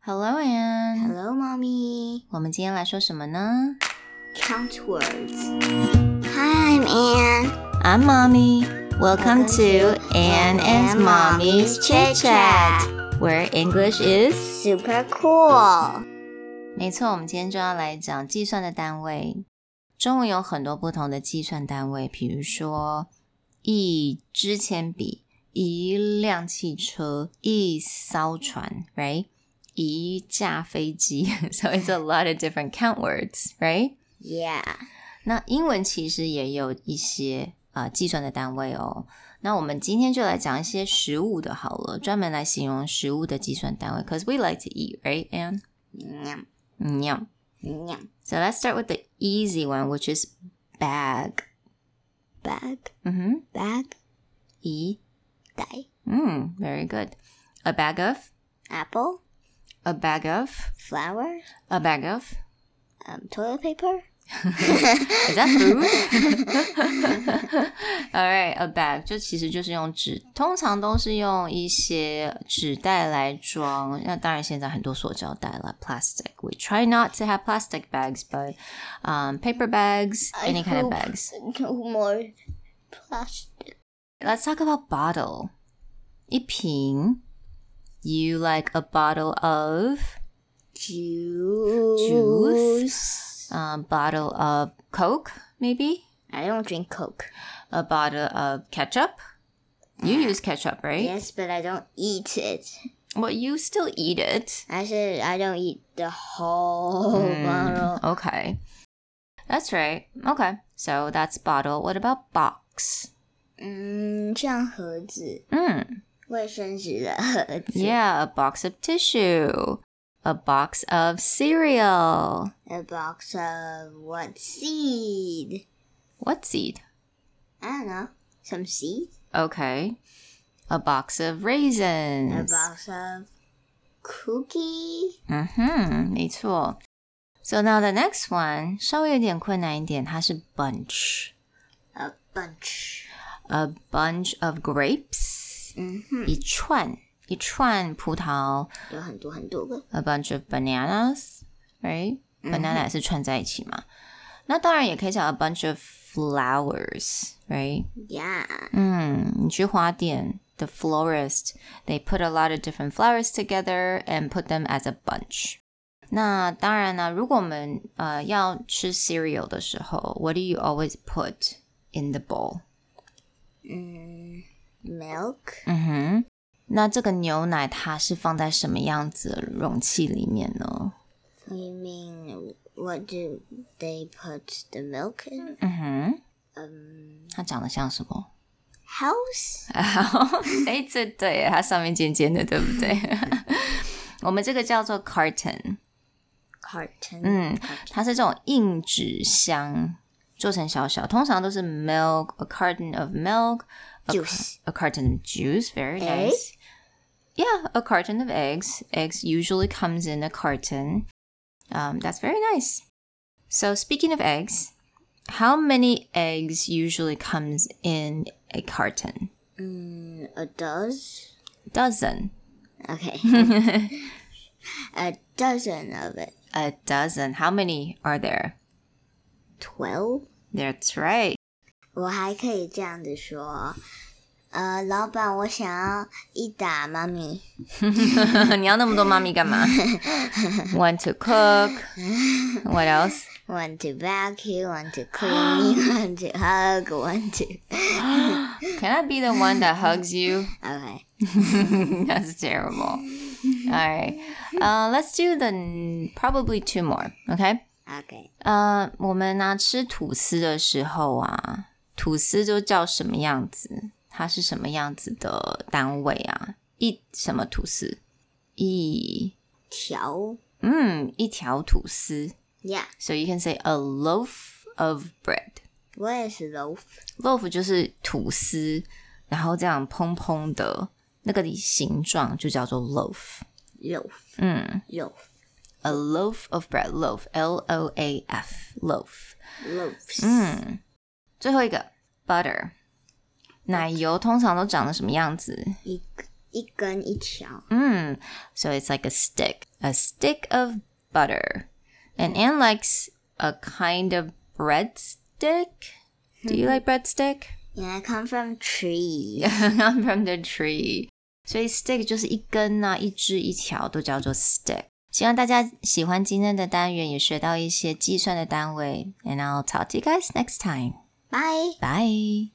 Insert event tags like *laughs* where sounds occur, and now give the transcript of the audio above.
Hello, Anne。 Hello, mommy. 我们今天来说什么呢 Count words. Hi, I'm Anne. ？I'm Mommy. Welcome Welcome to to Anne and Anne and Mommy's Mommy's Chit Chit Chat, Chat. where English is。 Super cool. 没错，我们今天就要来讲计算的单位。中文有很多不同的计算单位，比如说一支铅笔、一辆汽车、一艘船，right？一架飞机。So *laughs* it's a lot of different count words, right? Yeah. 那英文其实也有一些呃计算的单位哦。那我们今天就来讲一些食物的好了，专门来形容食物的计算单位。Cause we like to eat, right, Anne? Yum, Yum. yum. So let's start with the easy one, which is bag. Bag, 嗯哼， bag, 一， die. 嗯，very good. A bag of, Apple, a bag of, flower, a bag of. um, toilet paper. Is that *laughs* food? *laughs* All right, a bag 就其实就是用纸，通常都是用一些纸袋来装。那当然，现在很多塑胶袋了，plastic。We try not to have plastic bags, but um, paper bags, I any kind of hope- bags. No more plastic. Let's talk about bottle. 一瓶。You like a bottle of Juice. Juice. a um, bottle of Coke, maybe? I don't drink Coke. a bottle of ketchup. You use ketchup, right? Ah, Yes, but I don't eat it. Well, you still eat it. I said I don't eat the whole bottle. Okay. That's right. Okay. So that's bottle. What about box? 嗯，像盒子， Mm. 卫生纸的盒子。 Yeah, a box of tissue. A box of cereal. A box of what seed? What seed? I don't know. Some seed. Okay. A box of A raisins. box of cookie. Mm-hmm, 没错. So now the next one, 稍微有点困难一点，它是 bunch. A bunch. a bunch of grapes，、嗯哼，一串一串葡萄有很多很多个。 ，a bunch of bananas，right？banana、也是串在一起嘛。那当然也可以讲 a bunch of flowers，right？ Yeah. 嗯，Mm, 你去花店，the florist，they put a lot of different flowers together and put them as a bunch。那当然啦，如果我们呃要吃 cereal 的时候，what do you always put in the bowl？嗯，milk. 嗯哼，Mm-hmm. 那这个牛奶它是放在什么样子的容器里面呢？ You mean what do they put the milk in? 嗯哼， Um, 它长得像什么？ house. *laughs* 哎，这对耶，它上面尖尖的，对不对？我们这个叫做 carton， Carton. 嗯 Carton. 它是这种硬纸箱做成小小，通常都是 milk a carton of milk a ca- Juice. a carton of juice very Egg? nice yeah a carton of eggs eggs usually comes in a carton um, that's very nice so speaking of eggs how many eggs usually comes in a carton Mm, a dozen. dozen *laughs* Okay. a dozen of it. a dozen how many are there Twelve. that's right *laughs* 我还可以这样子说，呃，老板，我想要一打妈咪。你要那么多妈咪干嘛 want to cook what else Want to vacuum, want to clean, *gasps* want to hug, want to. *laughs* Can I be the one that hugs you? *laughs* Okay. That's terrible. All right. Uh, let's do the n- probably two more. Okay. Okay. 呃、我们呢、吃吐司的时候啊，吐司就叫什么样子？它是什么样子的单位啊？一什么吐司？一条嗯，一条吐司。 ，Yeah， So you can say a loaf of bread. 我也是 loaf。 loaf 就是吐司，然后这样蓬蓬的那个形状就叫做 loaf。 loaf，嗯，loaf ，a loaf of bread loaf L O A F loaf。 loafs，嗯，最后一个 butter，奶油通常都长得什么样子？一一根一条。 Mm. So it's like a stick, a stick of butter. And Anne likes a kind of breadstick. Do you like breadstick? Yeah, I come from *laughs* tree. I'm from the tree. 所以 stick 就是一根呐、一支、一条都叫做 stick。希望大家喜欢今天的单元，也学到一些计算的单位。And I'll talk to you guys next time. Bye. Bye.